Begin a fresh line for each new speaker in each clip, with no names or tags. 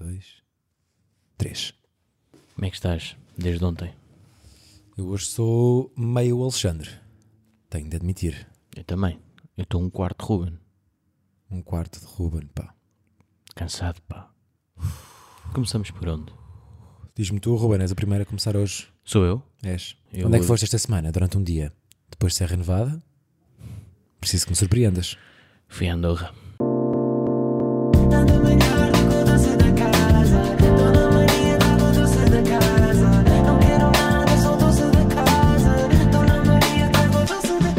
dois, três.
Como é que estás desde ontem?
Eu hoje sou meio Alexandre. Tenho de admitir.
Eu também. Eu estou um quarto Ruben.
Um quarto de Ruben, pá.
Cansado, pá. Começamos por onde?
Diz-me tu, Ruben, és a primeira a começar hoje.
Sou eu?
És.
Eu
Onde é que
hoje-
foste esta semana? Durante um dia? Depois de Serra Nevada? Preciso que me surpreendas.
Fui a Andorra.
Dona Maria com doce da casa, Dona Maria com doce da casa, não quero nada, sou doce da casa, Dona Maria com doce da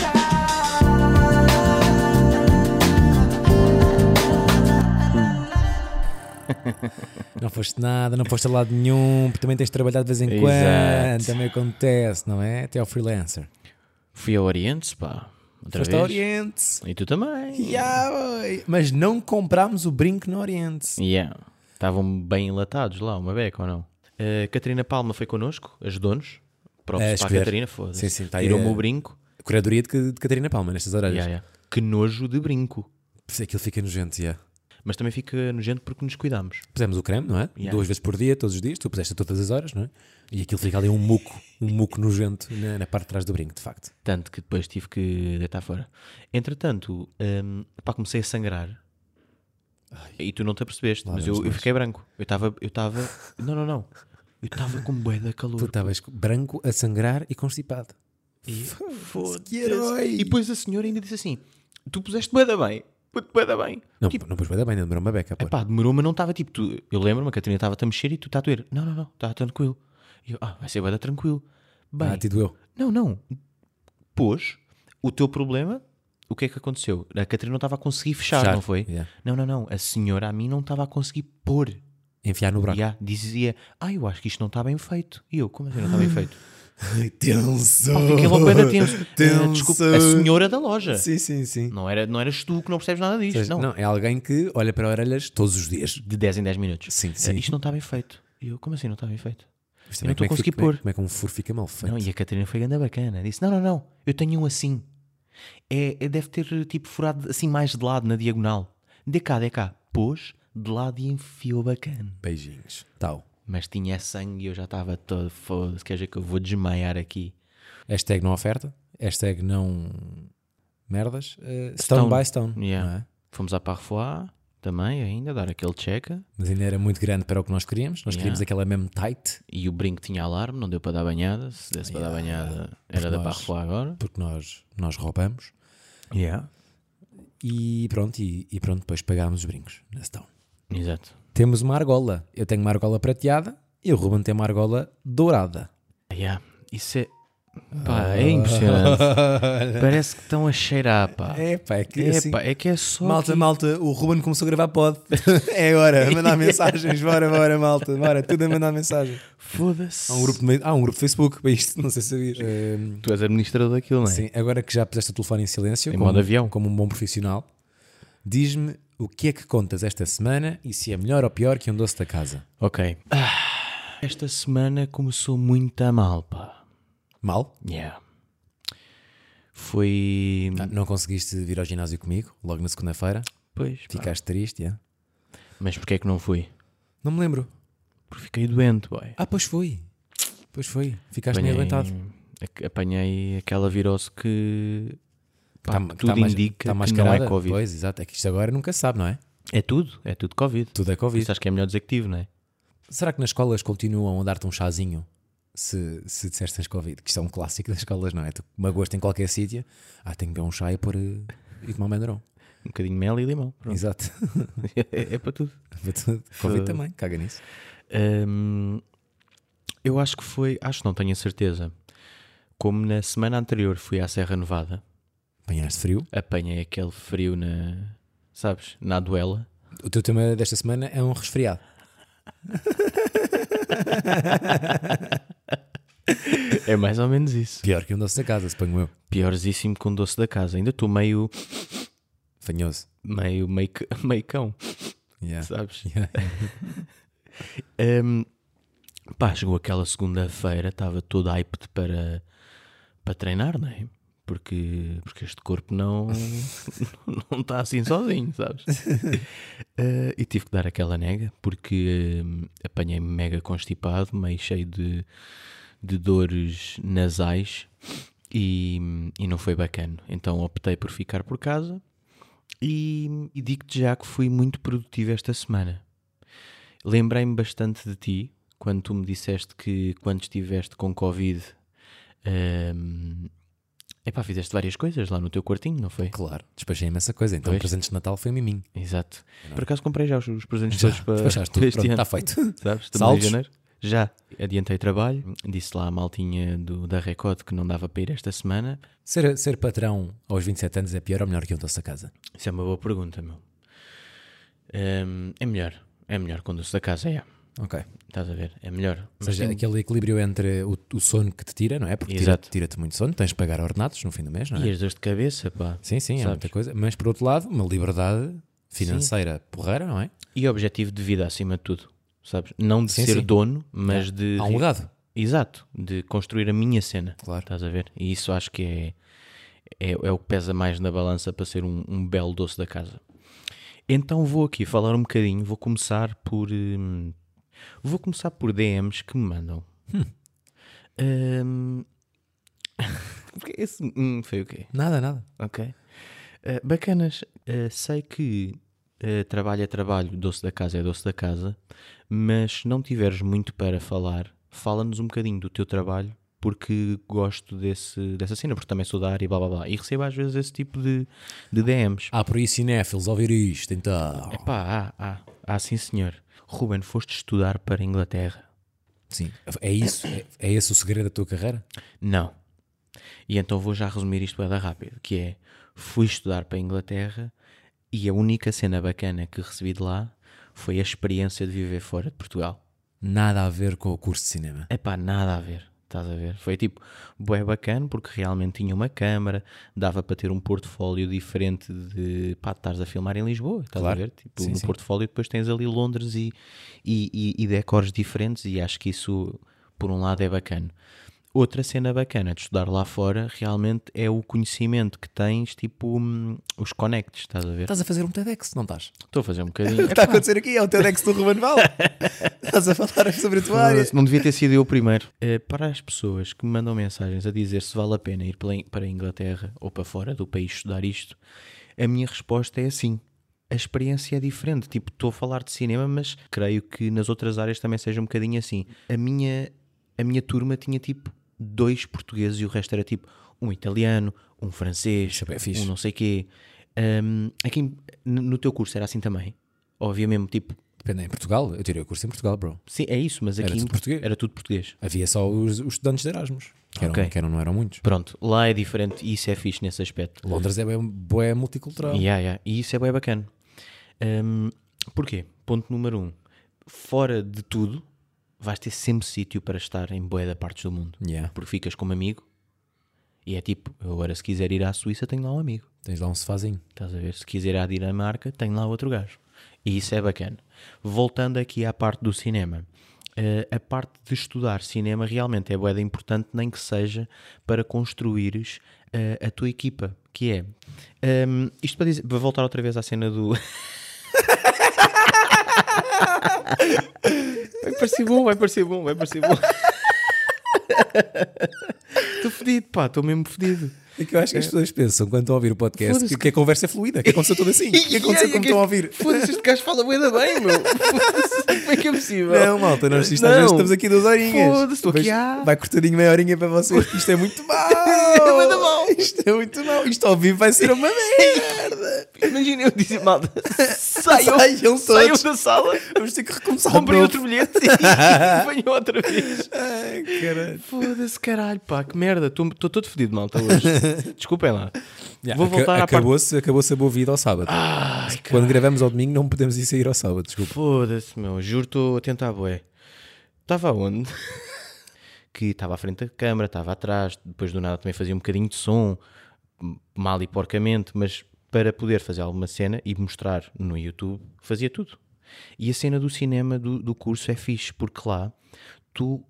casa.
Não foste nada, não foste a lado nenhum, porque também tens de trabalhar de vez em
Exato.
quando. Também acontece, não é? Até ao freelancer.
Fui ao Oriente, pá. Outra
Foste
vez.
ao Oriente.
E tu também.
Ya, boy. Mas não comprámos o brinco no Oriente.
Yeah. Estavam bem enlatados lá, uma beca ou não? A Eh, Catarina Palma foi connosco, ajudou-nos.
É,
Props para a
escolher.
Catarina,
Sim,
foda-se.
sim, tá aí
Tirou-me
a-
o brinco.
Curadoria de, de Catarina Palma nestas horas.
Yeah, yeah. Que nojo de brinco.
Aquilo fica nojento, yeah.
Mas também fica nojento porque nos cuidamos.
Pusemos o creme, não é?
Yeah.
Duas vezes por dia, todos os dias, tu puseste a todas as horas, não é? E aquilo fica ali um muco, um muco nojento na, na parte de trás do brinco, de facto.
Tanto que depois tive que deitar fora. Entretanto, hum, pá, comecei a sangrar. E tu não te apercebeste,
Lá
mas
vamos
eu, eu
nós.
fiquei branco. Eu estava. Eu estava. não, não, não. Eu estava com bué da
Tu
calor.
estavas branco, a sangrar e constipado.
E, foda-se.
que herói!
E depois a senhora ainda disse assim: Tu puseste bué da bem. Puto bué da bem.
Não,
tipo,
não pôs bem, não demorou uma beca, pô.
pá, demorou, mas não estava tipo. tu- eu lembro-me, a Catarina estava-te a mexer e tu está a doer. Não, não, não. Está tranquilo. E eu, ah, vai ser bué da tranquilo. Bem,
Ah, te doeu.
Não, não. Pôs o teu problema. O que é que aconteceu? A Catarina não estava a conseguir fechar,
Fechar,
não foi?
yeah.
Não, não, não. A senhora a mim não estava a conseguir pôr.
Enfiar no buraco.
Yeah, dizia, ah, eu acho que isto não está bem feito. E eu, como assim não está bem feito?
Tenso!
Pá, Fiquei logo bem tenso.
eh,
Ah, desculpa, a senhora da loja.
Sim, sim, sim.
Não, era, não eras tu que não percebes nada disto.
Ou seja,
não.
não, é alguém que olha para orelhas todos os dias.
De 10 em 10 minutos.
Sim,
Ah,
sim.
Isto não está bem feito. E eu, como assim não está bem feito?
Mas
Eu não
também como é que
estou a conseguir
fica- como é-
pôr.
Como é que um furo fica mal feito?
Não, e a Catarina foi grande bacana. Disse: Não, não, não, eu tenho um assim. É, é- deve ter tipo furado assim mais de lado, na diagonal. Dê cá, dê cá. Pôs de lado e enfiou bacana.
Beijinhos. Tal.
Mas tinha sangue e eu já estava todo foda-se. Quer dizer que eu vou desmaiar aqui.
Hashtag não oferta. Hashtag não merdas. eh, stone,
Stone.
by stone.
Yeah.
não é?
Fomos à Parfois também, ainda, dar aquele checa.
Mas ainda era muito grande para o que nós queríamos. Nós
Yeah.
queríamos aquela mesmo tight,
E o brinco tinha alarme, não deu para dar banhada. Se
Ah,
desse para dar banhada, era da
nós-
Parfois agora.
porque nós, nós roubamos.
Yeah.
E pronto, e, e pronto, depois pagámos os brincos na stone.
Exato.
Temos uma argola. Eu tenho uma argola prateada e o Ruben tem uma argola dourada.
Yeah. Isso é. Pá, é impressionante. Parece que estão a cheirar, pá.
É pá, é que
É,
assim-
pá, é que é só.
Malta,
que-
malta, o Ruben começou a gravar pod. é hora, mandar mensagens, bora, bora, malta, bora, tudo a mandar mensagem.
Foda-se.
Há um grupo de, há um grupo de Facebook para isto, não sei se sabias. Eh,
Tu és administrador daquilo, não é?
Sim, agora que já puseste o telefone em silêncio,
Em
como,
modo avião.
como um bom profissional, diz-me o que é que contas esta semana e se é melhor ou pior que um doce da casa.
Ok. Ah, esta semana começou muito a mal, pá.
Mal?
Yeah. Foi.
Ah, Não conseguiste vir ao ginásio comigo logo na segunda-feira?
Pois. pá.
Ficaste triste, é?
Mas porquê é que não fui?
Não me lembro.
Porque fiquei doente, boy.
Ah, pois foi. Pois foi. Ficaste meio
Apanhei-
aguentado.
ac- Apanhei aquela virose que. Pá,
Tá-
que
tá
tudo
mais-
indica
tá
que não é
mascarada?
Covid.
Pois, exato. É que isto agora nunca se sabe, não é?
É tudo, é tudo Covid.
Tudo é
Por
Covid.
isso acho que é melhor dizer que tive, não é?
Será que nas escolas continuam a dar-te um chazinho se, se disseres que tens Covid? Que isto é um clássico das escolas, não é? Tu magoas em qualquer sítio. Ah, tenho que beber um chá e pôr eh, e tomar um mandarão.
Um bocadinho de mel e limão. Pronto.
Exato.
é é para tudo.
Para tudo. Covid também, caga nisso.
Hum, eu acho que foi, acho não tenho a certeza. Como na semana anterior fui à Serra Nevada,
Apanhaste frio.
apanhei aquele frio na, sabes, na duela.
O teu tema desta semana é um resfriado.
É mais ou menos isso.
Pior que um doce da casa, suponho eu.
Piorzíssimo com doce da casa. Ainda estou meio,
Fanhoso.
meio, meio, c- meio cão,
Yeah.
sabes?
Yeah.
Hum, pá, chegou aquela segunda-feira, estava todo hyped para, para treinar, não é? Porque, porque este corpo não não está assim sozinho, sabes? Eh, e tive que dar aquela nega porque eh, apanhei-me mega constipado, meio cheio de, de dores nasais e, e não foi bacana. Então optei por ficar por casa e, e digo-te já que fui muito produtivo esta semana. Lembrei-me bastante de ti quando tu me disseste que quando estiveste com Covid. ehm, Epá, fizeste várias coisas lá no teu quartinho, não foi?
Claro, despachei imensa coisa. Então,
Pois.
presentes de Natal foi miminho.
Exaste. Por acaso comprei já os, os presentes
Já,
todos para,
despachaste tudo.
para este
Pronto,
ano.
está feito.
Sabes? Estamos
Saldos?
em janeiro. Já. Adiantei trabalho. Disse lá à maltinha do, da Record que não dava para ir esta semana.
Ser, ser patrão aos 27 anos é pior ou melhor que um doce a casa?
Isso é uma boa pergunta, meu. Hum, é melhor. É melhor quando se da casa, é.
Ok.
Estás a ver? É melhor.
Ou
Mas
seja,
tem-
aquele equilíbrio entre o, o sono que te tira, não é? Porque tira-
Exato.
tira-te muito sono, tens de pagar ordenados no fim do mês, não é?
E as dores de cabeça, pá.
Sim, sim, é
Sabes?
muita coisa. Mas por outro lado, uma liberdade financeira porreira, não é?
E objetivo de vida acima de tudo. Sabes? Não de
Sim,
ser
sim.
dono, mas de.
Há um legado.
Exato. De construir a minha cena.
Claro.
Estás a ver? E isso acho que é, é, é o que pesa mais na balança para ser um, um belo doce da casa. Então vou aqui falar um bocadinho, vou começar por. hum, vou começar por DMs que me mandam. Hum. porque esse hum, foi o quê?
Nada, nada.
Ok. Eh, bacanas. Eh, sei que eh, trabalho é trabalho, doce da casa é doce da casa, mas se não tiveres muito para falar, fala-nos um bocadinho do teu trabalho, porque gosto desse, dessa cena, porque também sou da área e blá blá blá. E recebo às vezes esse tipo de, de DMs.
Há Ah, por aí cinéfilos a ouvir isto, então.
Epá, ah, ah, ah, sim senhor. Ruben, foste estudar para a Inglaterra?
Sim. É isso? É, é esse o segredo da tua carreira?
Não. E então vou já resumir isto bem rápido, que é, fui estudar para a Inglaterra e a única cena bacana que recebi de lá foi a experiência de viver fora de Portugal.
Nada a ver com o curso de cinema.
Epá, nada a ver, estás a ver? Foi tipo, bué bacana porque realmente tinha uma câmara, dava para ter um portfólio diferente de, pá, estás a filmar em Lisboa, estás
Claro.
a ver? Tipo,
Sim,
no
sim.
portfólio depois tens ali Londres e, e, e, e decores diferentes e acho que isso, por um lado, é bacana. Outra cena bacana de estudar lá fora realmente é o conhecimento que tens, tipo, hum, os connects, estás a ver?
Estás a fazer um TEDx, não estás?
Estou a fazer um bocadinho.
Está a acontecer aqui, é o TEDx do Ruben Val. estás a falar sobre a tua
Foda-se, Não devia ter sido eu o primeiro. Eh, para as pessoas que me mandam mensagens a dizer se vale a pena ir pela- para a Inglaterra ou para fora do país estudar isto, a minha resposta é assim. A experiência é diferente. Tipo, estou a falar de cinema, mas creio que nas outras áreas também seja um bocadinho assim. A minha, a minha turma tinha tipo dois portugueses e o resto era tipo um italiano, um francês,
Isso é bem fixe.
um não sei quê. Ahm, aqui em- no no teu curso era assim também? Ou havia mesmo tipo.
Depende, em Portugal, eu tirei o curso em Portugal, bro.
Sim, é isso, mas
Era
aqui em-
tudo português.
era tudo português.
Havia só os, os estudantes de Erasmus, que eram,
Ok.
que eram- não eram muitos.
Pronto, lá é diferente e isso é fixe nesse aspecto.
Londres é bem, bué multicultural.
Yeah, yeah, E isso é bem bacana. Hum, porquê? Ponto número um. Fora de tudo, vais ter sempre sítio para estar em boa da partes do mundo.
Yeah.
Porque ficas como amigo e é tipo, eu agora se quiser ir à Suíça tenho lá um amigo.
Tens lá um sofazinho.
Estás a ver? Se quiser ir à Dinamarca tenho lá outro gajo. E isso é bacana. Voltando aqui à parte do cinema. eh, a parte de estudar cinema realmente é boeda importante, nem que seja para construires eh, a tua equipa, que é ehm, isto para dizer, para voltar outra vez à cena do. vai parecer bom, vai parecer bom, vai parecer bom. Estou fedido, pá, estou mesmo fedido.
É que eu acho que as pessoas pensam, quando estão a ouvir o podcast,
Foda-se.
que, que a conversa é fluida, que aconteceu tudo assim, que aconteceu como estão a ouvir.
Foda-se, este gajo fala bué da bem, meu. Foda-se, Como é que é possível?
Não, malta, nós isto às
Não.
vezes estamos aqui duas horinhas.
Foda-se, estou aqui,
Mas
ah.
Vai cortadinho meia horinha para vocês, que isto é muito mau.
bué da mau.
Isto é muito mau. Isto ao vivo vai ser uma merda.
Imagina eu dizer, malta, saiam,
Saiam
saiam
todos.
da sala,
Vamos ter que recomeçar de
comprem
novo.
outro bilhete e venham outra vez.
Ai, caralho.
Foda-se, caralho, pá, que merda. Estou todo fedido, malta, hoje. Desculpem lá.
Yeah,
Vou
aca-
voltar à parte...
acabou-se, acabou-se a boa vida ao sábado. Quando gravamos ao domingo, não podemos ir sair ao sábado, desculpa.
Foda-se, meu, juro, estou a tentar, bué. Estava onde? que estava à frente da câmara, estava atrás, depois do nada também fazia um bocadinho de som, m- mal e porcamente, mas para poder fazer alguma cena e mostrar no YouTube, fazia tudo. E a cena do cinema do, do curso é fixe, porque lá tu,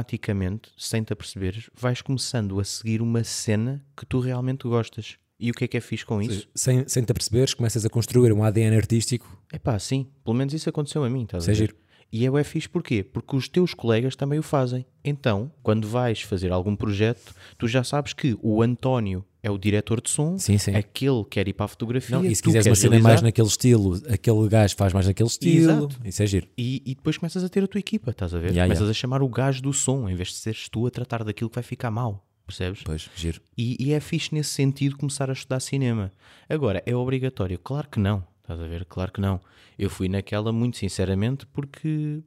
automaticamente, sem te aperceberes, vais começando a seguir uma cena que tu realmente gostas. E o que é que é fixe com isso?
Sem, sem te aperceberes, começas a construir um ADN artístico.
É pá, sim, pelo menos isso aconteceu a mim, estás
Isso
a
é
ver?
giro.
E é o fixe porquê? Porque os teus colegas também o fazem. Então, quando vais fazer algum projeto, tu já sabes que o António é o diretor de som,
Sim, sim.
aquele quer ir para a fotografia,
e É se
tu
quiseres uma
queres
cena
realizar,
mais naquele estilo, aquele gajo faz mais naquele estilo.
Exato.
Isso é giro.
E, e depois começas a ter a tua equipa, estás a ver?
Ya, ya.
começas a chamar o gajo do som, em vez de seres tu a tratar daquilo que vai ficar mal, percebes?
Pois, giro.
E, e é fixe nesse sentido começar a estudar cinema. Agora, é obrigatório? Claro que não. Estás a ver? Claro que não. Eu fui naquela muito sinceramente porque.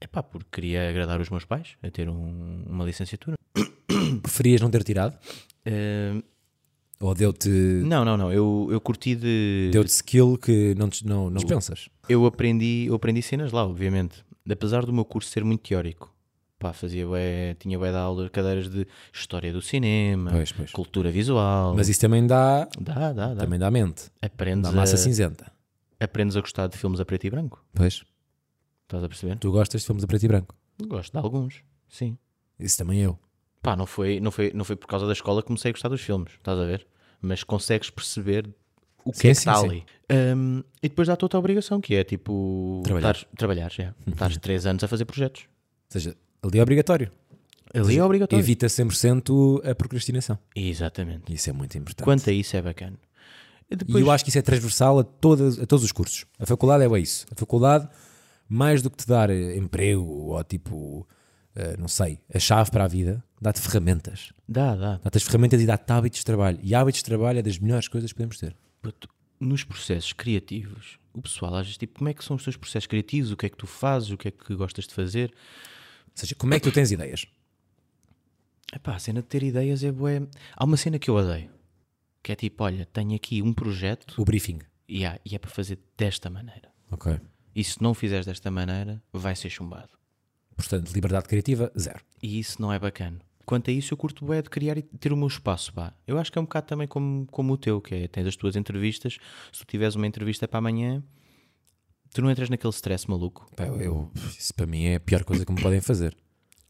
Epá, porque queria agradar os meus pais a ter um- uma licenciatura.
Preferias não ter tirado? Hum.
Eh,
Ou deu-te
não, não, não. Eu, eu curti de.
deu skill que não, te- não, não dispensas?
Eu aprendi, eu aprendi cenas lá, obviamente. Apesar do meu curso ser muito teórico. Pá, fazia bué, tinha bué de aulas, cadeiras de história do cinema,
Pois, pois.
cultura visual.
Mas isso também dá, eh,
dá, dá, dá.
também dá mente,
Aprendes,
dá massa
a,
cinzenta.
aprendes a gostar de filmes a preto e branco.
Pois,
Estás a perceber?
tu gostas de filmes a preto e branco.
Gosto de alguns, sim.
Isso também eu.
Pá, não foi, não, foi, não foi por causa da escola que comecei a gostar dos filmes, estás a ver? Mas consegues perceber o que
Sim,
é que
sim,
está
sim.
ali. Hum, e depois dá a tua obrigação, que é tipo.
Trabalhar.
tares- trabalhar, já. Estás 3 anos a fazer projetos.
Ou seja, ali é obrigatório.
Ali é obrigatório.
Evita 100% a procrastinação.
Exatamente.
Isso é muito importante.
Quanto a isso é bacana. E
E
depois,
eu acho que isso é transversal a, todas, a todos os cursos. A faculdade é bué isso. A faculdade, mais do que te dar eh, emprego ou tipo, eh, não sei, a chave para a vida, dá-te ferramentas.
dá, dá.
Dá-te as ferramentas e dá-te hábitos de trabalho. E hábitos de trabalho é das melhores coisas que podemos ter.
Puto, Nos processos criativos, o pessoal às vezes, tipo, como é que são os teus processos criativos? O que é que tu fazes? O que é que gostas de fazer?
Ou seja, como é que tu tens ideias?
Epá, a cena de ter ideias é bué. Há uma cena que eu odeio. Que é tipo, olha, tenho aqui um projeto
O briefing.
e, há- e é para fazer desta maneira.
Ok.
E se não fizeres desta maneira, vai ser chumbado.
Portanto, liberdade criativa, zero.
E isso não é bacana. Quanto a isso, eu curto bué de criar e ter o meu espaço, pá. Eu acho que é um bocado também como, como o teu, que é, tens as tuas entrevistas. Se tu tiveres uma entrevista para amanhã, tu não entras naquele stress maluco.
Pá, eu- eu- isso para mim é a pior coisa que me podem fazer.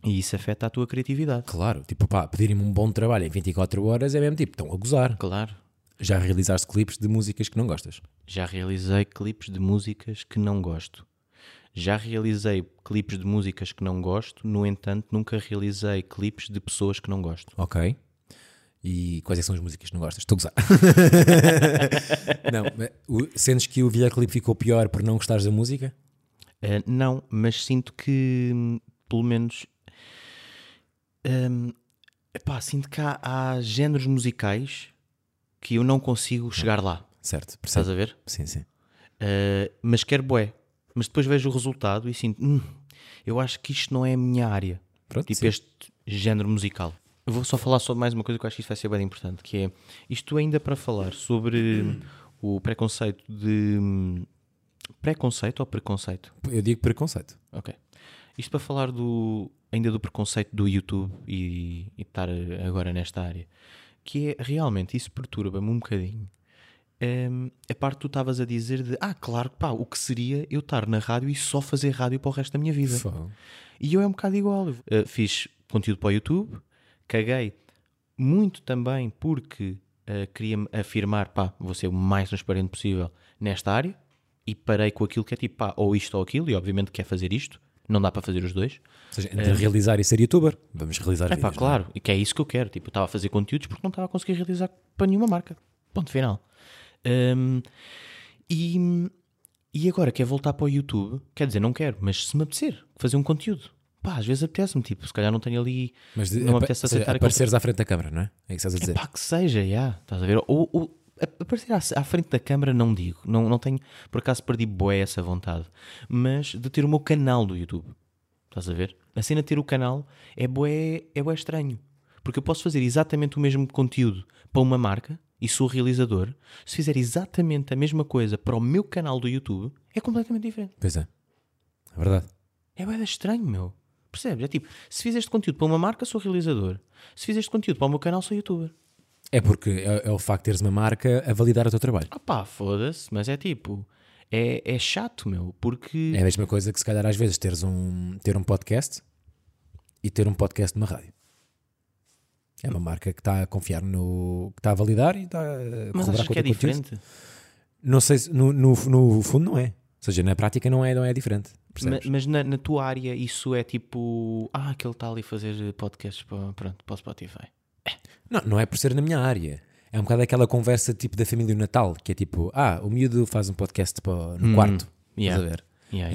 E isso afeta a tua criatividade.
Claro, tipo, pá, pedirem-me um bom trabalho em 24 horas é mesmo tipo, estão a gozar.
Claro,
Já realizaste clipes de músicas que não gostas.
já realizei clipes de músicas que não gosto. Já realizei clipes de músicas que não gosto, no entanto, nunca realizei clipes de pessoas que não gosto.
Ok. E quais é que são as músicas que não gostas? Estou a gozar. não, mas o- sentes que o videoclipe ficou pior por não gostares da música?
Ah, não, mas sinto que, hum, pelo menos. hum, epá, sinto que há, há géneros musicais que eu não consigo chegar lá.
Certo,
Estás
percebes?
a ver?
Sim, sim.
Uh, mas quero bué. Mas depois vejo o resultado e sinto, "Hum, eu acho que isto não é a minha área.
Pronto,
tipo
sim.
este género musical. Eu vou só falar só de mais uma coisa que eu acho que isto vai ser bem importante, que é isto ainda para falar sobre hum, o preconceito de hum, preconceito ou preconceito?
Eu digo preconceito.
Ok. Isto para falar do ainda do preconceito do YouTube e, e estar agora nesta área, que é realmente isso perturba-me um bocadinho. Hum, a parte que tu estavas a dizer de ah, claro, pá, o que seria eu estar na rádio e só fazer rádio para o resto da minha vida.
Fogo.
E eu é um bocado igual. Eu, uh, fiz conteúdo para o YouTube, caguei muito também porque uh, queria-me afirmar, pá, vou ser o mais transparente possível nesta área e parei com aquilo que é tipo, pá, ou isto ou aquilo, e obviamente quer fazer isto, não dá para fazer os dois.
Ou seja, entre realizar e ser youtuber, vamos realizar
É pá,
vídeos, não é?
É. claro, e que é isso que eu quero. Tipo, eu estava a fazer conteúdos porque não estava a conseguir realizar para nenhuma marca. Ponto final. Hum, e, e agora quer voltar para o YouTube? Quer dizer, não quero, mas se me apetecer, fazer um conteúdo. Pá, às vezes apetece-me, tipo, se calhar não tenho ali.
Mas de,
não me
apa-
apetece
ou seja,
aceitar aquele-
apareceres à frente da câmara, não é? É isso que estás a dizer.
Pá, que seja, já, estás a ver? Ou, ou a- aparecer à, à frente da câmara não digo, não, não tenho, por acaso perdi boé essa vontade, mas de ter o meu canal do YouTube, estás a ver? A cena de ter o canal é boé, é boé estranho, porque eu posso fazer exatamente o mesmo conteúdo para uma marca e sou realizador, se fizer exatamente a mesma coisa para o meu canal do YouTube, é completamente diferente.
Pois é. É verdade.
É bem estranho, meu. Percebes? É tipo, se fizeste conteúdo para uma marca, sou realizador. Se fizeste conteúdo para o meu canal, sou youtuber.
É porque é, é o facto de teres uma marca a validar o teu trabalho.
Ah pá, foda-se, mas é tipo, é, é chato, meu, porque
É a mesma coisa que se calhar às vezes teres um, ter um podcast e ter um podcast numa rádio. É uma marca que está a confiar no. que está a validar e está a
Mas
colaborar
achas
com o
que é
teu conteúdo.
diferente?
Não sei se no, no, no fundo não é. Ou seja, na prática não é, não é diferente.
Ma-
Percebes?
mas na, na tua área isso é tipo. Ah, aquele está ali a fazer podcasts para, pronto, para o Spotify.
Não, não é por ser na minha área. É um bocado aquela conversa tipo da família no Natal, que é tipo, ah, o miúdo faz um podcast para o- no quarto.
Hum,
Estás
yeah.
a ver?
Yeah,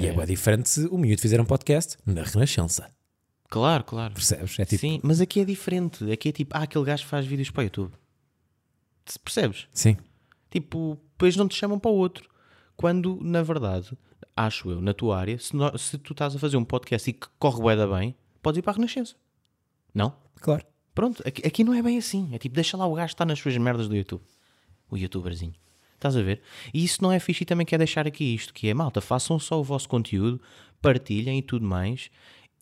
e é
yeah,
bué diferente se o miúdo fizer um podcast na Renascença.
Claro, claro.
Percebes? É tipo, sim.
Sim, mas aqui é diferente. Aqui é tipo, ah, aquele gajo faz vídeos para o YouTube. Se- Percebes? Tipo, depois não te chamam para o outro. Quando, na verdade, acho eu, na tua área, se, no- se tu estás a fazer um podcast e que corre bué da bem, podes ir para a Renascença. Não?
claro.
Pronto, aqui, aqui não é bem assim. É tipo, deixa lá o gajo estar nas suas merdas do YouTube. O youtuberzinho. Estás a ver? E isso não é fixe e também quer deixar aqui isto, que é, malta, façam só o vosso conteúdo, partilhem e tudo mais.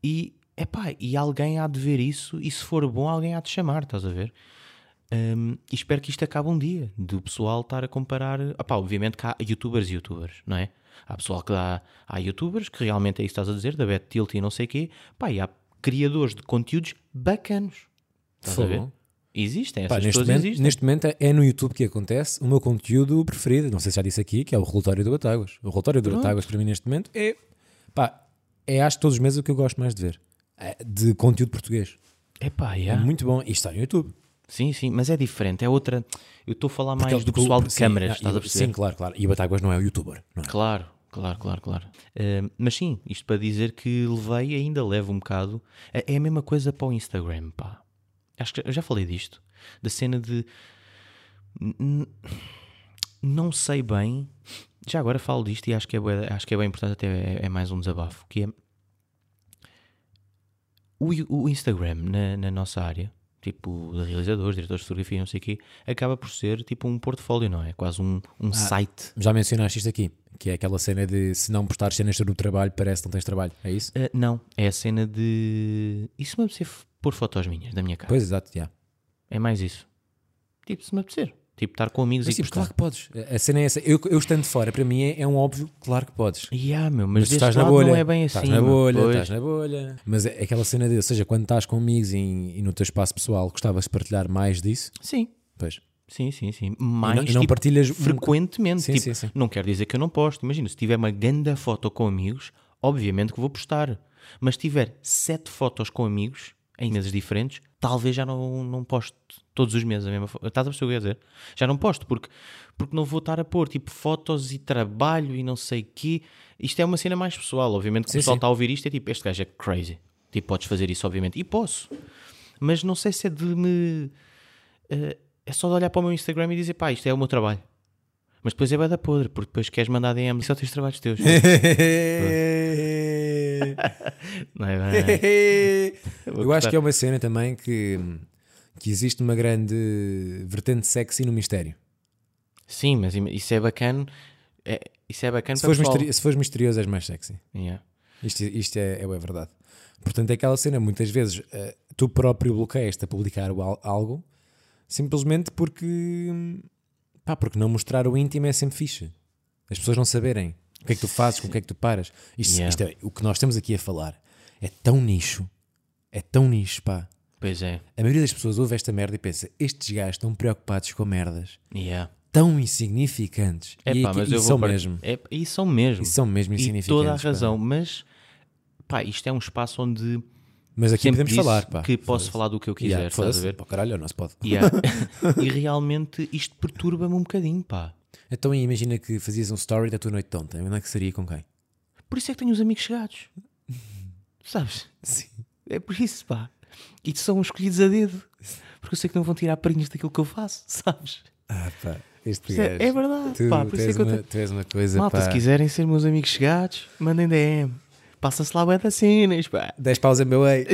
E, epá, e alguém há de ver isso e se for bom alguém há de chamar, estás a ver? Hum, e espero que isto acabe um dia, do pessoal estar a comparar. Opá, obviamente que há youtubers e youtubers, não é? Há pessoal que dá. Há youtubers que realmente é isso que estás a dizer, da Bet Tilt e não sei o quê. Pá, e há criadores de conteúdos bacanos. Estás a
Fogo.
ver? Existem,
Pá,
essas
neste,
pessoas
momento,
existem.
neste momento é- é no YouTube que acontece o meu conteúdo preferido. Não sei se já disse aqui, que é o relatório do Batáguas. O relatório do Batáguas para mim neste momento é, pá, é acho que todos os meses o que eu gosto mais de ver. É, De conteúdo português.
Epá,
É
yeah.
muito bom. E está no YouTube.
Sim, sim, mas é diferente, é outra. Eu estou a falar
Porque
mais
ele-
Ah, do
porque o-
pessoal de
sim,
câmaras,
ah,
estás
e-
a perceber?
Sim, claro, claro. E o Batáguas não é o youtuber, não é?
Claro, claro, claro, claro. Ahm, mas sim, isto para dizer que levei e ainda levo um bocado. É é a mesma coisa para o Instagram, pá. Acho que eu já falei disto. Da cena de. N- n- Não sei bem. Já agora falo disto e acho que é, bué- acho que é bem importante, até é, é mais um desabafo. Que é. O, Yu- o Instagram na, na nossa área, tipo de realizadores, diretores de fotografia, não sei o quê, acaba por ser tipo um portfólio, não é? Quase um, um site.
Já mencionaste isto aqui, que é aquela cena de se não postares cenas sobre o trabalho, parece que não tens trabalho. É isso?
Ah, não, é a cena de. E se me apetecer f- pôr fotos minhas da minha cara?
Pois, exato, já.
É mais isso. Tipo, se me apetecer. Tipo, estar com amigos
Mas
e
tipo,
postar.
claro que podes. A- A cena é essa. Eu, eu estando de fora, para mim é, é um óbvio, claro que podes.
Yeah, meu,
Mas
mas
tu
deste
estás na
lado
bolha.
não é bem assim.
estás na
meu.
bolha,
Pois.
estás na bolha. Mas é aquela cena de, ou seja, quando estás com amigos e, e no teu espaço pessoal, gostavas de partilhar mais disso?
Sim,
Pois.
sim, sim, sim. Mais
e não
tipo,
partilhas um-
frequentemente.
Sim,
tipo,
sim, sim.
Não quer dizer que eu não posto. Imagina, se tiver uma grande foto com amigos, obviamente que vou postar. Mas se tiver sete fotos com amigos em meses diferentes, talvez já não, não poste todos os meses a mesma foto. Estás a perceber o que eu ia dizer? Já não posto, porque, porque não vou estar a pôr tipo fotos e trabalho e não sei quê. Isto é uma cena mais pessoal. Obviamente que o
Sim,
pessoal
sim.
está a ouvir isto e é tipo, este gajo é crazy. Tipo, podes fazer isso, obviamente. E posso. Mas não sei se é de me. eh, é só de olhar para o meu Instagram e dizer, pá, isto é o meu trabalho. Mas depois é bué da podre, porque depois queres mandar DM e só tens trabalhos teus. não é bem.
eu acho que é uma cena também que, que existe uma grande vertente sexy no mistério.
Sim, mas ima- isso é bacana. é- isso é bacana
Se
para
fores,
o pessoal.
misteri- se fores misterioso, és mais sexy.
Yeah.
Isto, isto é, é bué verdade. Portanto, é aquela cena, muitas vezes eh, tu próprio bloqueias-te a publicar o al- algo simplesmente porque, hum, pá, porque não mostrar o íntimo é sempre fixe. As pessoas não saberem o que é que tu fazes, com o que é que tu paras. Isto,
Yeah.
isto é, o que nós estamos aqui a falar é tão nicho, é tão nicho, pá.
Pois é.
A maioria das pessoas ouve esta merda e pensa: estes gajos estão preocupados com merdas
Yeah.
tão insignificantes. e
Epá,
aqui-
mas
e
eu
são
vou par-
mesmo.
É, e são mesmo.
E são mesmo
E
insignificantes.
toda a
pá.
razão. Mas, pá, isto é um espaço onde
Mas aqui
sempre
podemos
disse
falar, pá.
que posso falar do que eu quiser.
Yeah,
estás a
foda-se.
ver?
Pá, caralho, não se pode.
Yeah. e realmente isto perturba-me um bocadinho, pá.
Então e imagina que fazias um story da tua noite tonta. Onde é que seria e com quem?
Por isso é que tenho os amigos chegados. Sabes?
Sim.
É por isso, pá. E são escolhidos a dedo. Porque eu sei que não vão tirar perinhas daquilo que eu faço, sabes?
Ah, pá. Este
Isso é-
gajo.
é verdade,
Tu,
pá, por
tu
isso é
és
que eu
uma,
te-
tu és uma coisa,
Malta,
pá.
se quiserem ser meus amigos chegados, mandem DM. Passa-se lá bué das cenas, pá.
10 paus é meu ei.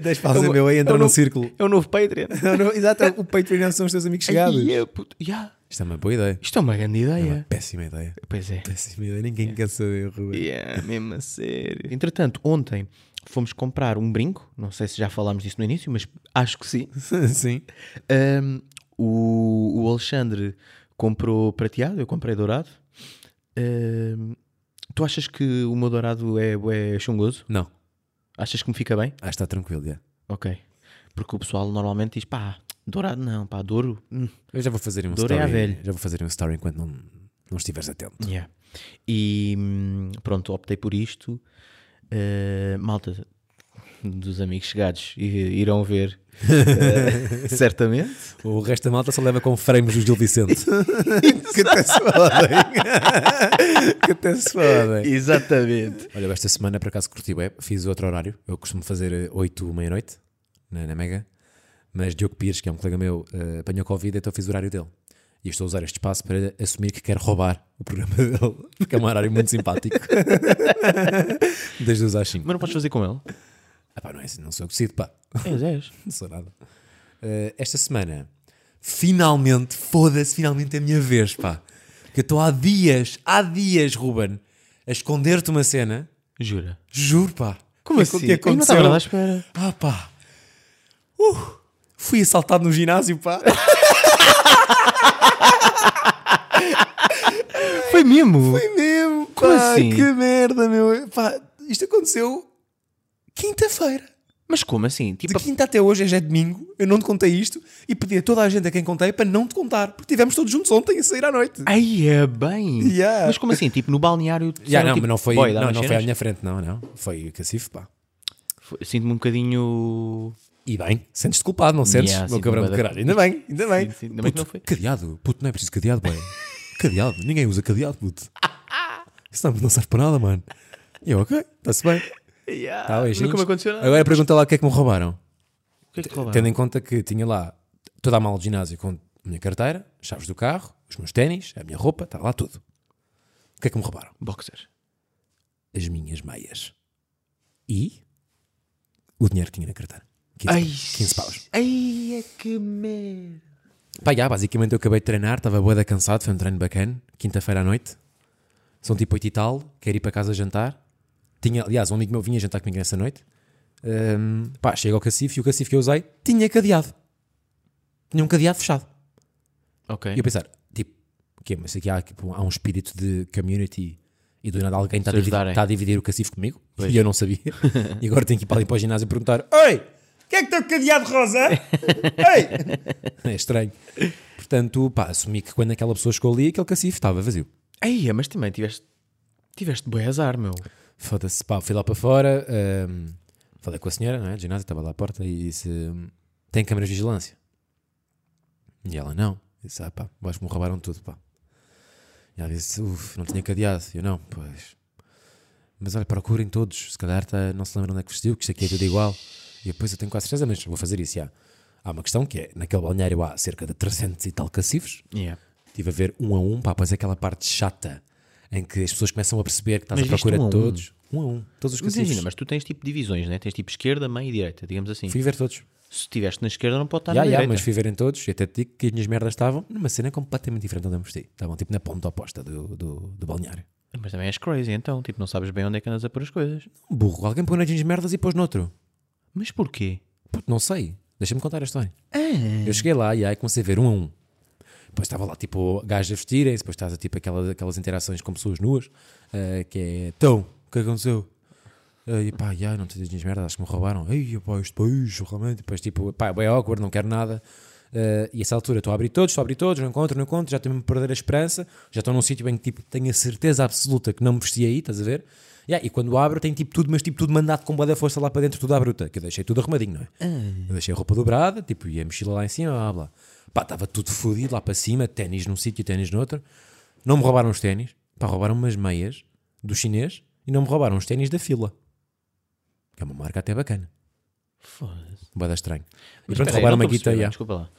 10 paus é
o-
meu ei, entra
é o
num
novo-
círculo.
É o novo Patreon.
Não, não, exato, o Patreon são os teus amigos chegados.
Ai, é, puto. Ya.
Isto é uma boa ideia.
Isto é uma grande
É
ideia.
uma péssima ideia.
Pois é.
Péssima ideia. Ninguém quer saber, Ruben.
Yeah, mesmo a sério. Entretanto, ontem fomos comprar um brinco. Não sei se já falámos disso no início, mas acho que sim.
Sim.
Um, o, o Alexandre comprou prateado, eu comprei dourado. Um, tu achas que o meu dourado é, é chungoso?
Não.
Achas que me fica bem?
Ah, está tranquilo, já.
Ok. Porque o pessoal normalmente diz, pá, dourado não, pá, douro. hum,
Eu já vou fazer um
Dourei à velha.
story. Já vou fazer um story enquanto não, não estiveres atento.
Yeah. E hum, pronto, optei por isto. Uh, malta dos amigos chegados i- irão ver, uh, certamente.
O resto da malta só leva com frames do Gil Vicente. que até se fodem. que até se fodem.
Exatamente.
Olha, eu esta semana por acaso curti web, fiz outro horário. Eu costumo fazer eh, 8, meia-noite na, na Mega. Mas Diogo Pires, que é um colega meu, eh, apanhou Covid, então fiz o horário dele. E eu estou a usar este espaço para assumir que quero roubar o programa dele, porque é um horário muito simpático. Desde os às 5.
Mas não podes fazer com ele?
Ah, pá, não, é, assim, não sou eu que decido, pá.
És, É, és.
Não sou nada. Eh, esta semana, finalmente, foda-se, finalmente é a minha vez, pá. Que eu estou há dias, há dias, Ruben, a esconder-te uma cena.
Jura?
Juro, pá.
Como
Que-
assim?
Que
Eu não
aconteceu?
estava nada à espera.
Ah, pá. Uh, fui assaltado no ginásio, pá.
Foi mesmo?
Foi mesmo, pá.
Como assim?
Que merda, meu. Pá, isto aconteceu quinta-feira.
Mas como assim?
De
Tipo,
quinta até hoje, hoje é domingo, eu não te contei isto e pedi a toda a gente a quem contei para não te contar, porque estivemos todos juntos ontem a sair à noite.
ai é bem.
Yeah.
Mas como assim? Tipo, no balneário.
Já,
disseram,
não,
tipo,
mas não foi,
"Boy, dá
não,
umas
não foi à
cenas?"
minha frente, não, não. Foi cacifo, pá.
Foi- Sinto-me um bocadinho.
E bem, sentes-te culpado, não sentes?
Yeah,
meu
sinto-me
cabrão
bué
de
da-
caralho. Ainda bem, ainda bem.
Sim, sim, ainda bem que
Puto,
não foi.
Cadeado, puto, não é preciso cadeado, boy. cadeado, ninguém usa cadeado, puto. Isso não, não serve para nada, mano. E eu, ok, está-se bem.
Yeah.
Tá, beijinhos.
Ah, Nunca me aconteceu nada.
Agora pergunta lá o que é que me roubaram.
O que é que roubaram?
Tendo em conta que tinha lá toda a mala de ginásio com a minha carteira, chaves do carro, os meus ténis, a minha roupa, está lá tudo. O que é que me roubaram?
Boxers.
As minhas meias. E o dinheiro que tinha na carteira. 15,
Ai,
15 paus.
Ai, é que merda.
Pá, já, basicamente eu acabei de treinar, estava boa da cansado, foi um treino bacana, quinta-feira à noite. São tipo 8 e tal, quero ir para casa jantar. Tinha, aliás, um amigo meu vinha jantar comigo nessa noite. Ahm, pá, chega ao cacifo e o cacifo que eu usei tinha cadeado. Tinha um cadeado fechado.
Ok.
E eu pensar, tipo, o quê? Mas aqui há, tipo, há um espírito de community e do nada alguém está a,
Se
dividir,
ajudarem.
está a dividir o cacifo comigo
Pois.
e eu não sabia. e agora tenho que ir para ali para o ginásio e perguntar: Oi, quem é que tem o cadeado rosa? Oi! É estranho. Portanto, pá, assumi que quando aquela pessoa chegou ali, aquele cacifo estava vazio.
Ai, é, mas também tiveste. Tiveste boi azar, meu.
Foda-se, pá, fui lá para fora, ahm, falei com a senhora, não é? De ginásio, estava lá à porta e disse: Tem câmaras de vigilância? E ela: Não. Eu disse: Ah, pá, eu acho que me roubaram tudo, pá. E ela disse: Uf, não tinha cadeado. E Eu não, pois. Mas olha, procurem todos, se calhar tá- não se lembram onde é que vestiu, que isto aqui é tudo igual. E depois eu tenho quase certeza, mas vou fazer isso, já. Há uma questão que é: naquele balneário há cerca de 300 e tal cacifos.
Yeah.
Estive a ver um a um, pá, pois é aquela parte chata em que as pessoas começam a perceber que estás
Mas
à procura
viste um
de
a um?
todos. Um a um, todos os
Mas
cacifes.
imagina, mas tu tens tipo divisões, né? Tens tipo esquerda, meia e direita, digamos assim.
Fui ver todos.
Se estiveste na esquerda, não pode estar
Já,
Tá na
já,
direita.
mas fui ver em todos e até te digo que as minhas merdas estavam numa cena completamente diferente onde eu me vesti. Estavam tipo na ponta oposta do, do, do balneário.
Mas também és crazy, então. Tipo, não sabes bem onde é que andas a pôr as coisas.
Um burro, alguém pegou nas minhas merdas e pôs noutro.
Mas porquê?
Puto, não sei. Deixa-me contar a história.
É.
Eu cheguei lá e aí comecei a ver um a um. Depois estava lá tipo gajos a vestirem, depois estás a tipo aquelas, aquelas interações com pessoas nuas, eh, que é então, o que aconteceu? Eh, e pá, já, não te diz merda, acho que me roubaram. Ei, pá, isto país, realmente. Depois tipo, pá, bem awkward, não quero nada. Eh, e a essa altura estou a abrir todos, estou a abrir todos, não encontro, não encontro, já estou mesmo a perder a esperança. Já estou num sítio em que tipo, tenho a certeza absoluta que não me vesti aí, estás a ver? Yeah, e quando abro, tem tipo tudo, mas tipo tudo mandado com boa da força lá para dentro, tudo à bruta, que eu deixei tudo arrumadinho, não é? Eu deixei a roupa dobrada, tipo, e a mochila lá em cima, blá blá. Pá, estava tudo fodido lá para cima, ténis num sítio, ténis noutro. Não me roubaram os ténis, pá, roubaram umas meias do chinês e não me roubaram os ténis da fila. Que é uma marca até bacana.
Foda-se.
Boa estranho. E
Mas
pronto,
espera aí,
roubaram
não
uma
estou a
guita.
perceber, hum,
yeah.
Desculpa lá.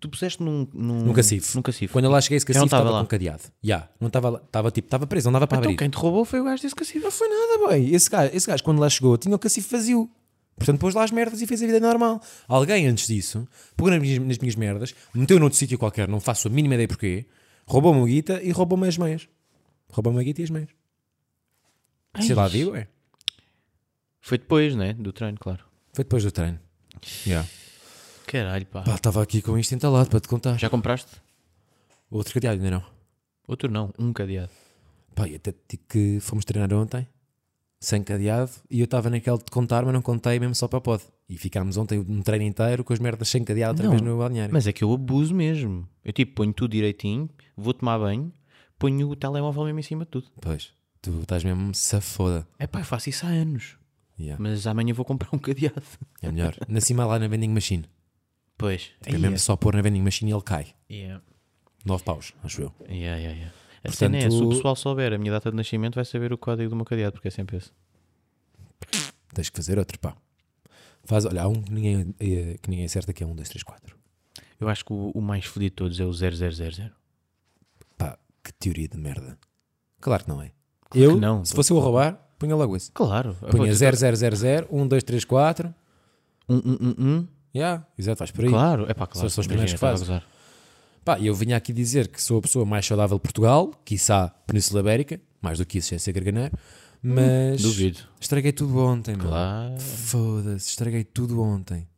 Tu puseste num... Num,
Num cacifo.
Num cacifo.
Quando eu lá cheguei, esse
Eu não
cacifo
estava
estava
lá.
com cadeado. Ya, não estava lá- estava tipo, estava preso, não dava para
Então
abrir.
quem te roubou foi o gajo desse cacifo.
Não foi nada, boy. Esse gajo, esse gajo, quando lá chegou, tinha o cacifo vazio. Portanto, pôs lá as merdas e fez a vida normal. Alguém, antes disso, pegou nas minhas, nas minhas merdas, meteu noutro sítio qualquer, não faço a mínima ideia porquê, roubou-me uma guita e roubou-me as meias. Roubou-me a guita e as meias. Sei lá, viu, é?
Foi depois, né? Do treino, claro.
Foi depois do treino. Yeah.
Caralho, pá.
Pá, estava aqui com isto entalado para te contar.
Já compraste?
Outro cadeado, ainda não.
Outro não, um cadeado.
Pá, e até te digo que fomos treinar ontem. sem cadeado, e eu estava naquele de contar, mas não contei mesmo só para o pod. E ficámos ontem um treino inteiro com as merdas sem cadeado outra
Não,
vez no balneário.
Mas é que eu abuso mesmo. Eu tipo, ponho tudo direitinho, vou tomar banho, ponho o telemóvel mesmo em cima de tudo.
Pois, tu estás mesmo safoda.
É pá, eu faço isso há anos.
Yeah,
Mas amanhã vou comprar um cadeado.
É melhor. Na cima lá na vending machine.
Pois.
É mesmo só pôr na vending machine e ele cai.
Yeah.
9 paus, acho eu.
Yeah, yeah, yeah. A
Portanto,
cena é, se o
o-
pessoal souber a minha data de nascimento, vai saber o código do meu cadeado, porque é sempre esse.
Tens que fazer outro, pá. Faz, olha, há um que ninguém, eh, que ninguém acerta que é 1, 2, 3, 4.
Eu acho que o, o mais fodido de todos é o 0000.
Pá, que teoria de merda. Claro que não é.
que
eu,
não.
se fosse eu a roubar, punha logo esse.
Claro.
Punha 0000, 1, 2, 3, 4.
Um, um, um, um.
Yeah, exato, vais por aí.
Claro. É pá, claro.
São os
Imagina,
primeiros que
estava a
fazem.
gozar.
Pá, eu vinha aqui dizer que sou a pessoa mais saudável de Portugal, quiçá Península Ibérica, mais do que isso, sem ser garganeiro, mas
Hum, Duvido.
estraguei tudo ontem, meu.
Claro.
Foda-se, estraguei tudo ontem.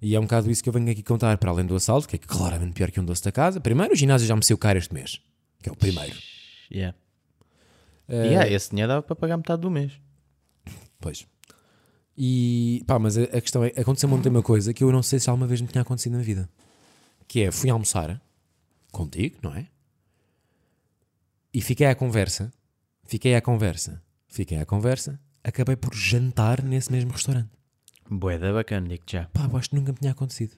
E é um bocado isso que eu venho aqui contar, para além do assalto, que é claramente pior que um doce da casa. Primeiro, o ginásio já me saiu caro este mês, que é o primeiro.
Yeah.
Eh,
Yeah, esse dinheiro dava para pagar metade do mês.
Pois. E pá, mas a, a questão é: aconteceu-me ontem uma coisa que eu não sei se alguma vez me tinha acontecido na vida. Que é: fui almoçar contigo, não é? E fiquei à conversa. Fiquei à conversa. Fiquei à conversa. Acabei por jantar nesse mesmo restaurante.
Bué da bacana, digo já.
Pá, eu acho que nunca me tinha acontecido.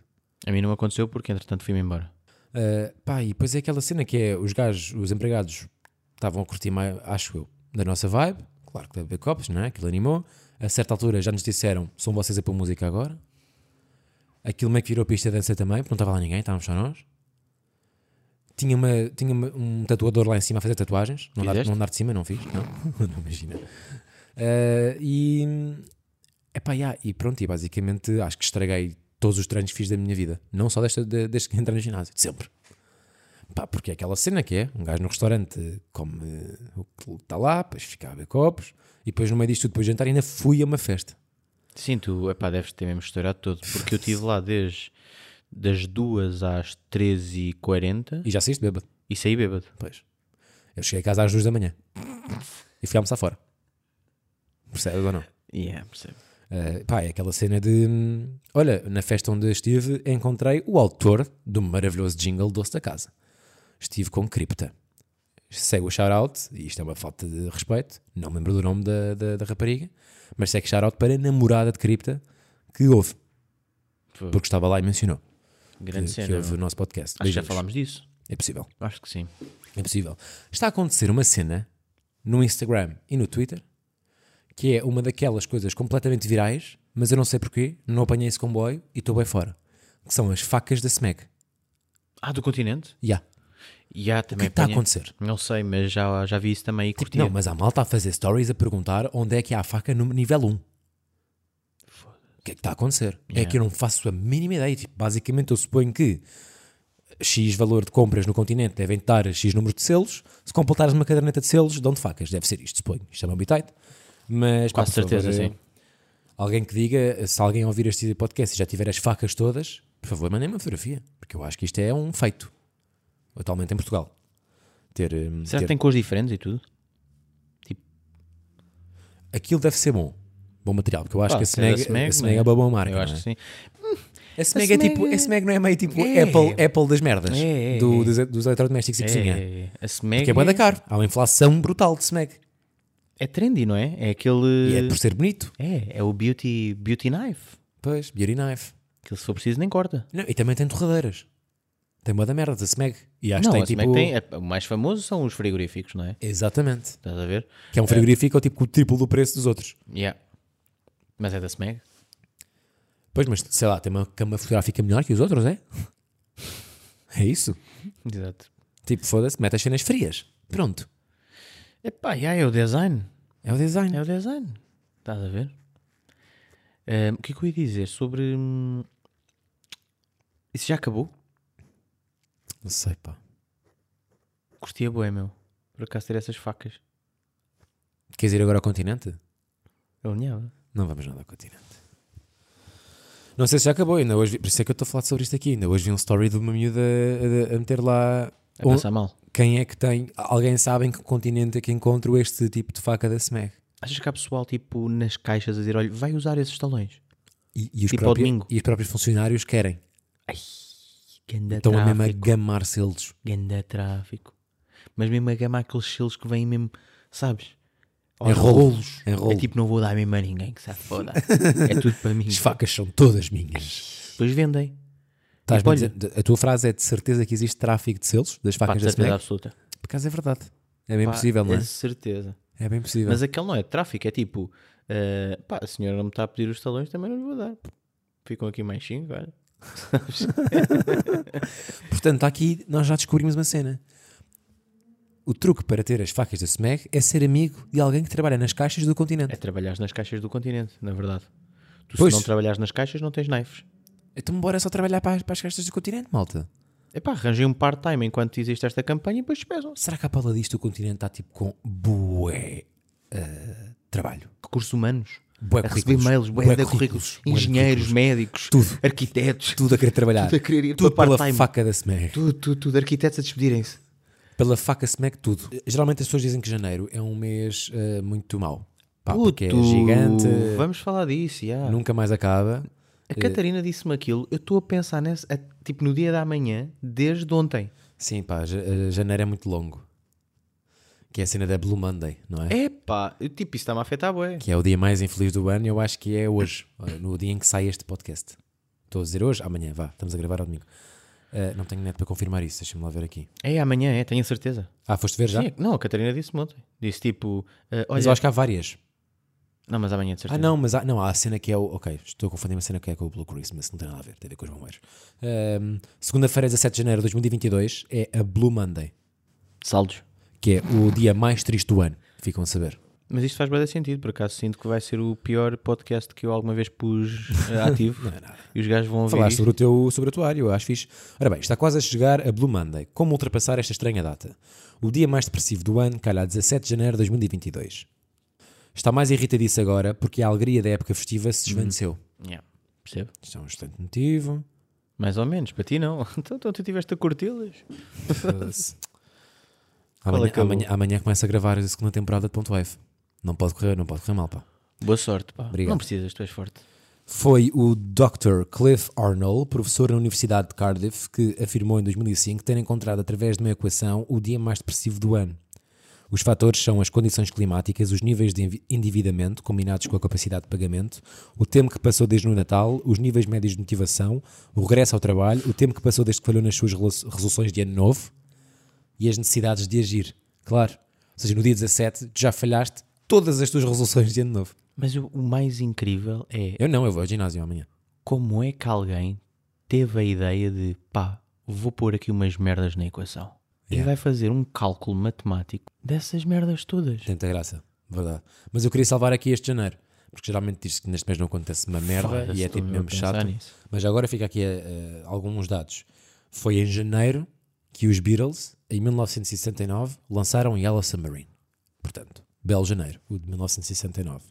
A mim não aconteceu porque entretanto fui-me embora.
Uh, pá, e depois é aquela cena que é os gajos, os empregados estavam a curtir mais, acho eu, da nossa vibe. Claro que deve haver copos, não é? Aquilo animou. A certa altura já nos disseram: são vocês a pôr música agora. Aquilo meio que virou pista de dança também, porque não estava lá ninguém, estávamos só nós. Tinha, uma, tinha uma- um tatuador lá em cima a fazer tatuagens. Não andar,
Fizeste?
não andar de cima, não fiz, não. não imagina. Uh, e. Epá, yeah, e pronto, e basicamente acho que estraguei todos os treinos que fiz da minha vida. Não só desta, de- desde que entrei no ginásio, de sempre. Pá, porque é aquela cena que é: um gajo no restaurante eh, come eh, o que está lá, depois fica a beber copos, e depois no meio disto tudo, depois de jantar, ainda fui a uma festa.
Sim, tu, epá, deves ter mesmo estourado todo, porque eu estive lá desde das 2 às 13h40
E já saíste bêbado.
e saí bêbado.
Pois. Eu cheguei a casa às duas da manhã e fui almoçar fora. Percebes ou não?
Yeah, percebo.
Eh, pá, é aquela cena de. hum, Olha, na festa onde eu estive, encontrei o autor do maravilhoso jingle Doce da Casa. Estive com cripta. Segue o shout-out, e isto é uma falta de respeito, não me lembro do nome da, da, da rapariga, mas segue shout-out para a namorada de cripta que houve,
Foi
porque estava lá e mencionou
grande
que,
cena.
que houve o
meu.
nosso podcast.
Acho que já
Beijinhos.
falámos disso.
É possível,
Acho que sim.
é possível. Está a acontecer uma cena no Instagram e no Twitter que é uma daquelas coisas completamente virais, mas eu não sei porquê, não apanhei esse comboio e estou bem fora. Que são as facas da SMEC.
Ah, do continente?
Ya.
E há
O que
também.
está a
apanhei-
acontecer? Tipo,
Não sei, mas já, já vi isso também e curti.
Não, mas a malta a fazer stories a perguntar onde é que há a faca no nível 1. O que é que está a acontecer? É que eu não faço a mínima ideia. Tipo, basicamente, eu suponho que X valor de compras no continente devem estar a X número de selos. Se completares uma caderneta de selos, dão-te facas. Deve ser isto, suponho. Isto é um bitite. Mas, pá,
Quase
por favor,
certeza,
eu-
sim.
Alguém que diga, se alguém ouvir este podcast e já tiver as facas todas, por favor, mandem uma fotografia. Porque eu acho que isto é um feito. Atualmente em Portugal. Ter, hum,
Será
ter-
que tem cores diferentes e tudo?
aquilo deve ser bom. Bom material, porque eu acho
Pá,
que a
se é da
Smeg,
Smeg,
a Smeg
não é?
é uma boa marca.
eu acho
não
que
é?
sim.
A, Smeg
A
é tipo,
Smeg-
a Smeg não é meio tipo
É.
Apple, Apple das merdas
É, é,
do-
é.
dos, dos eletrodomésticos e cozinha.
É, é, é. A Smeg
Porque é boa da caro. Há uma inflação brutal de Smeg.
é trendy, não é? É aquele.
E é por ser bonito.
É, é o beauty, beauty knife.
Pois, Beauty Knife.
Que se for preciso nem corta.
Não, e também tem torradeiras. Tem boa da merda, a Smeg. E acho
não,
que tem
a Smeg
tipo.
tem- é- o mais famoso são os frigoríficos, não é?
Exatamente.
Estás a ver?
Que é um frigorífico tipo o triplo do preço dos outros.
Yeah. Mas é da Smeg?
Pois, mas sei lá, tem uma cama fotográfica melhor que os outros, é? É isso?
Exato.
Tipo, foda-se, mete as cenas frias. Pronto.
Epá, yeah, é o design.
É o design.
É o design. Estás a ver? Ahm, o que é que eu ia dizer sobre. hum, Isso já acabou?
Não sei, pá.
Curtia boé, meu. Por acaso ter essas facas.
Queres ir agora ao continente?
Eu alinhava.
Não vamos nada ao continente. Não sei se já acabou, ainda hoje vi- por isso é que eu estou a falar sobre isto aqui. Ainda hoje vi um story de uma miúda a, a- a meter lá um,
A
on-
passar mal.
quem é que tem. Alguém sabe em que continente é que encontro este tipo de faca da SMEG?
Achas que há pessoal, tipo, nas caixas a dizer, olha, vai usar esses talões?
E, e os
Tipo ao
próprios,
domingo.
e os próprios funcionários querem.
Ganda
Estão Então a mesmo a
tráfico,
gamar selos.
ganda tráfico. Mas mesmo a gamar aqueles selos que vêm mesmo, sabes?
Em
Aos
rolos. Em rolos.
É tipo, não vou dar mesmo a ninguém, que se foda. é tudo para mim.
As facas são todas minhas.
Depois vendem.
Estás
Tipo,
a
olha-
dizer, a tua frase é de certeza que existe tráfico de selos das
Pá,
facas
de
da
certeza
Smack?
absoluta.
Por acaso é verdade. É bem
Pá,
possível, não é?
de certeza.
É bem possível.
Mas aquele não é de tráfico, é tipo, eh, pá, a senhora não me está a pedir os talões, também não lhe vou dar. Ficam aqui mais cinco, olha.
Portanto, aqui nós já descobrimos uma cena. O truque para ter as facas da SMEG é ser amigo de alguém que trabalha nas caixas do continente.
É trabalhares nas caixas do continente, na verdade. Tu
Pois.
se não trabalhares nas caixas, não tens naifes.
Então, bora só trabalhar para, as- para as caixas do continente, malta.
Epá, arranjei um part-time enquanto existe esta campanha e depois despejam-se.
Será que a pala disto o continente está tipo com bué ah, trabalho?
Recursos humanos.
Bué
a receber
currículos.
mails, bué
Bué
de
currículos.
currículos.
Bué de
Engenheiros,
currículos.
médicos,
Tudo.
arquitetos.
Tudo a querer trabalhar.
Tudo a querer ir
Tudo
para
pela
part-time.
faca da SMEG.
Tudo, tudo, tudo. Arquitetos a despedirem-se.
Pela faca SMEG, tudo. Geralmente as pessoas dizem que janeiro é um mês ah, muito mau. Pá, porque é
Puto,
gigante,
Vamos falar disso, já.
nunca mais acaba.
A Catarina disse-me aquilo. Eu estou a pensar nessa, a- tipo, no dia da manhã, desde ontem.
Sim, pá, ja- eh, janeiro é muito longo. Que é a cena da Blue Monday, não é?
Epá, eu, tipo, isso está-me a afetar, bué.
Que é o dia mais infeliz do ano, eu acho que é hoje, eh, no dia em que sai este podcast. Estou a dizer hoje, amanhã, vá, estamos a gravar ao domingo. Eh, não tenho net para confirmar isso, deixa-me lá ver aqui.
É amanhã, é, tenho a certeza.
Ah, foste ver já?
Sim, é- não, a Catarina disse-me ontem. Disse tipo, ah, olha,
Mas eu acho que há várias.
não, mas amanhã de
Ah,
certeza.
não, mas há, não, há a cena que é o. Ok, estou a confundir uma cena que é com o Blue Christmas, não tem nada a ver, tem a ver com os bombeiros. Ahm, Segunda-feira, 17 de janeiro de 2022, é a Blue Monday,
Saldos.
que é o dia mais triste do ano, ficam a saber.
Mas isto faz bastante sentido, por acaso sinto que vai ser o pior podcast que eu alguma vez pus eh, ativo. e os gajos vão ouvir
falar
isto.
sobre o, teu, sobre a tua área, eu acho fixe. Ora bem, está quase a chegar a Blue Monday. Como ultrapassar esta estranha data? O dia mais depressivo do ano calha a 17 de janeiro de 2022. Está mais irritadiço agora porque a alegria da época festiva
Hum.
se desvaneceu.
Yeah, percebo.
Isto é um excelente motivo.
Mais ou menos, para ti não. Então, então tu tiveste a curti-las.
Foda-se.
Qual
amanhã,
é que é o-
amanhã, amanhã começa a gravar a segunda temporada de Ponto F. Não pode correr, não pode correr mal, pá.
Boa sorte, pá.
Obrigado.
Não precisas, tu és forte.
Foi o Dr. Cliff Arnold, professor na Universidade de Cardiff, que afirmou em 2005 ter encontrado através de uma equação o dia mais depressivo do ano. Os fatores são as condições climáticas, os níveis de envi- endividamento combinados com a capacidade de pagamento, o tempo que passou desde o Natal, os níveis médios de motivação, o regresso ao trabalho, o tempo que passou desde que falhou nas suas relo- resoluções de ano novo e as necessidades de agir. Claro. Ou seja, no dia 17 tu já falhaste todas as tuas resoluções de ano novo.
Mas o, o mais incrível é
Eu não, eu vou ao ginásio amanhã.
como é que alguém teve a ideia de pá, vou pôr aqui umas merdas na equação. E
Yeah.
vai fazer um cálculo matemático dessas merdas todas.
Tem muita graça, verdade. Mas eu queria salvar aqui este janeiro, porque geralmente diz-se que neste mês não acontece uma merda
Foda-se,
e é tipo
estou
mesmo
a pensar
chato.
nisso.
Mas agora fica aqui eh, eh, alguns dados. Foi em janeiro que os Beatles, em 1969, lançaram Yellow Submarine. Portanto, belo janeiro, o de 1969.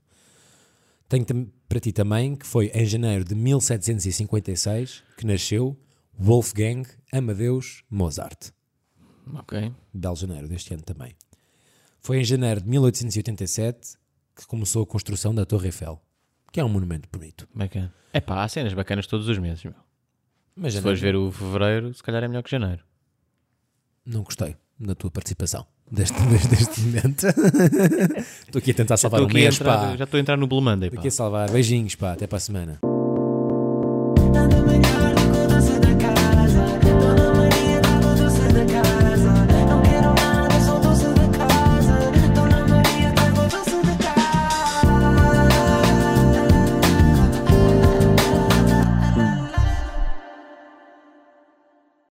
Tenho tam- para ti também que foi em janeiro de 1756 que nasceu Wolfgang Amadeus Mozart.
Ok.
Belo Janeiro deste ano também. Foi em janeiro de 1887 que começou a construção da Torre Eiffel, que é um monumento bonito.
Bacana. É pá, há cenas bacanas todos os meses, meu.
Mas
Se
janeiro,
fores ver o fevereiro, se calhar é melhor que janeiro.
não gostei da tua participação deste, deste, deste momento. Estou aqui a tentar salvar
Estou
o
aqui a
um mês,
entrar,
pá.
já estou a entrar no Blue Monday, pá.
Estou aqui a salvar. Beijinhos, pá. Até para a semana.
Tanto brincar de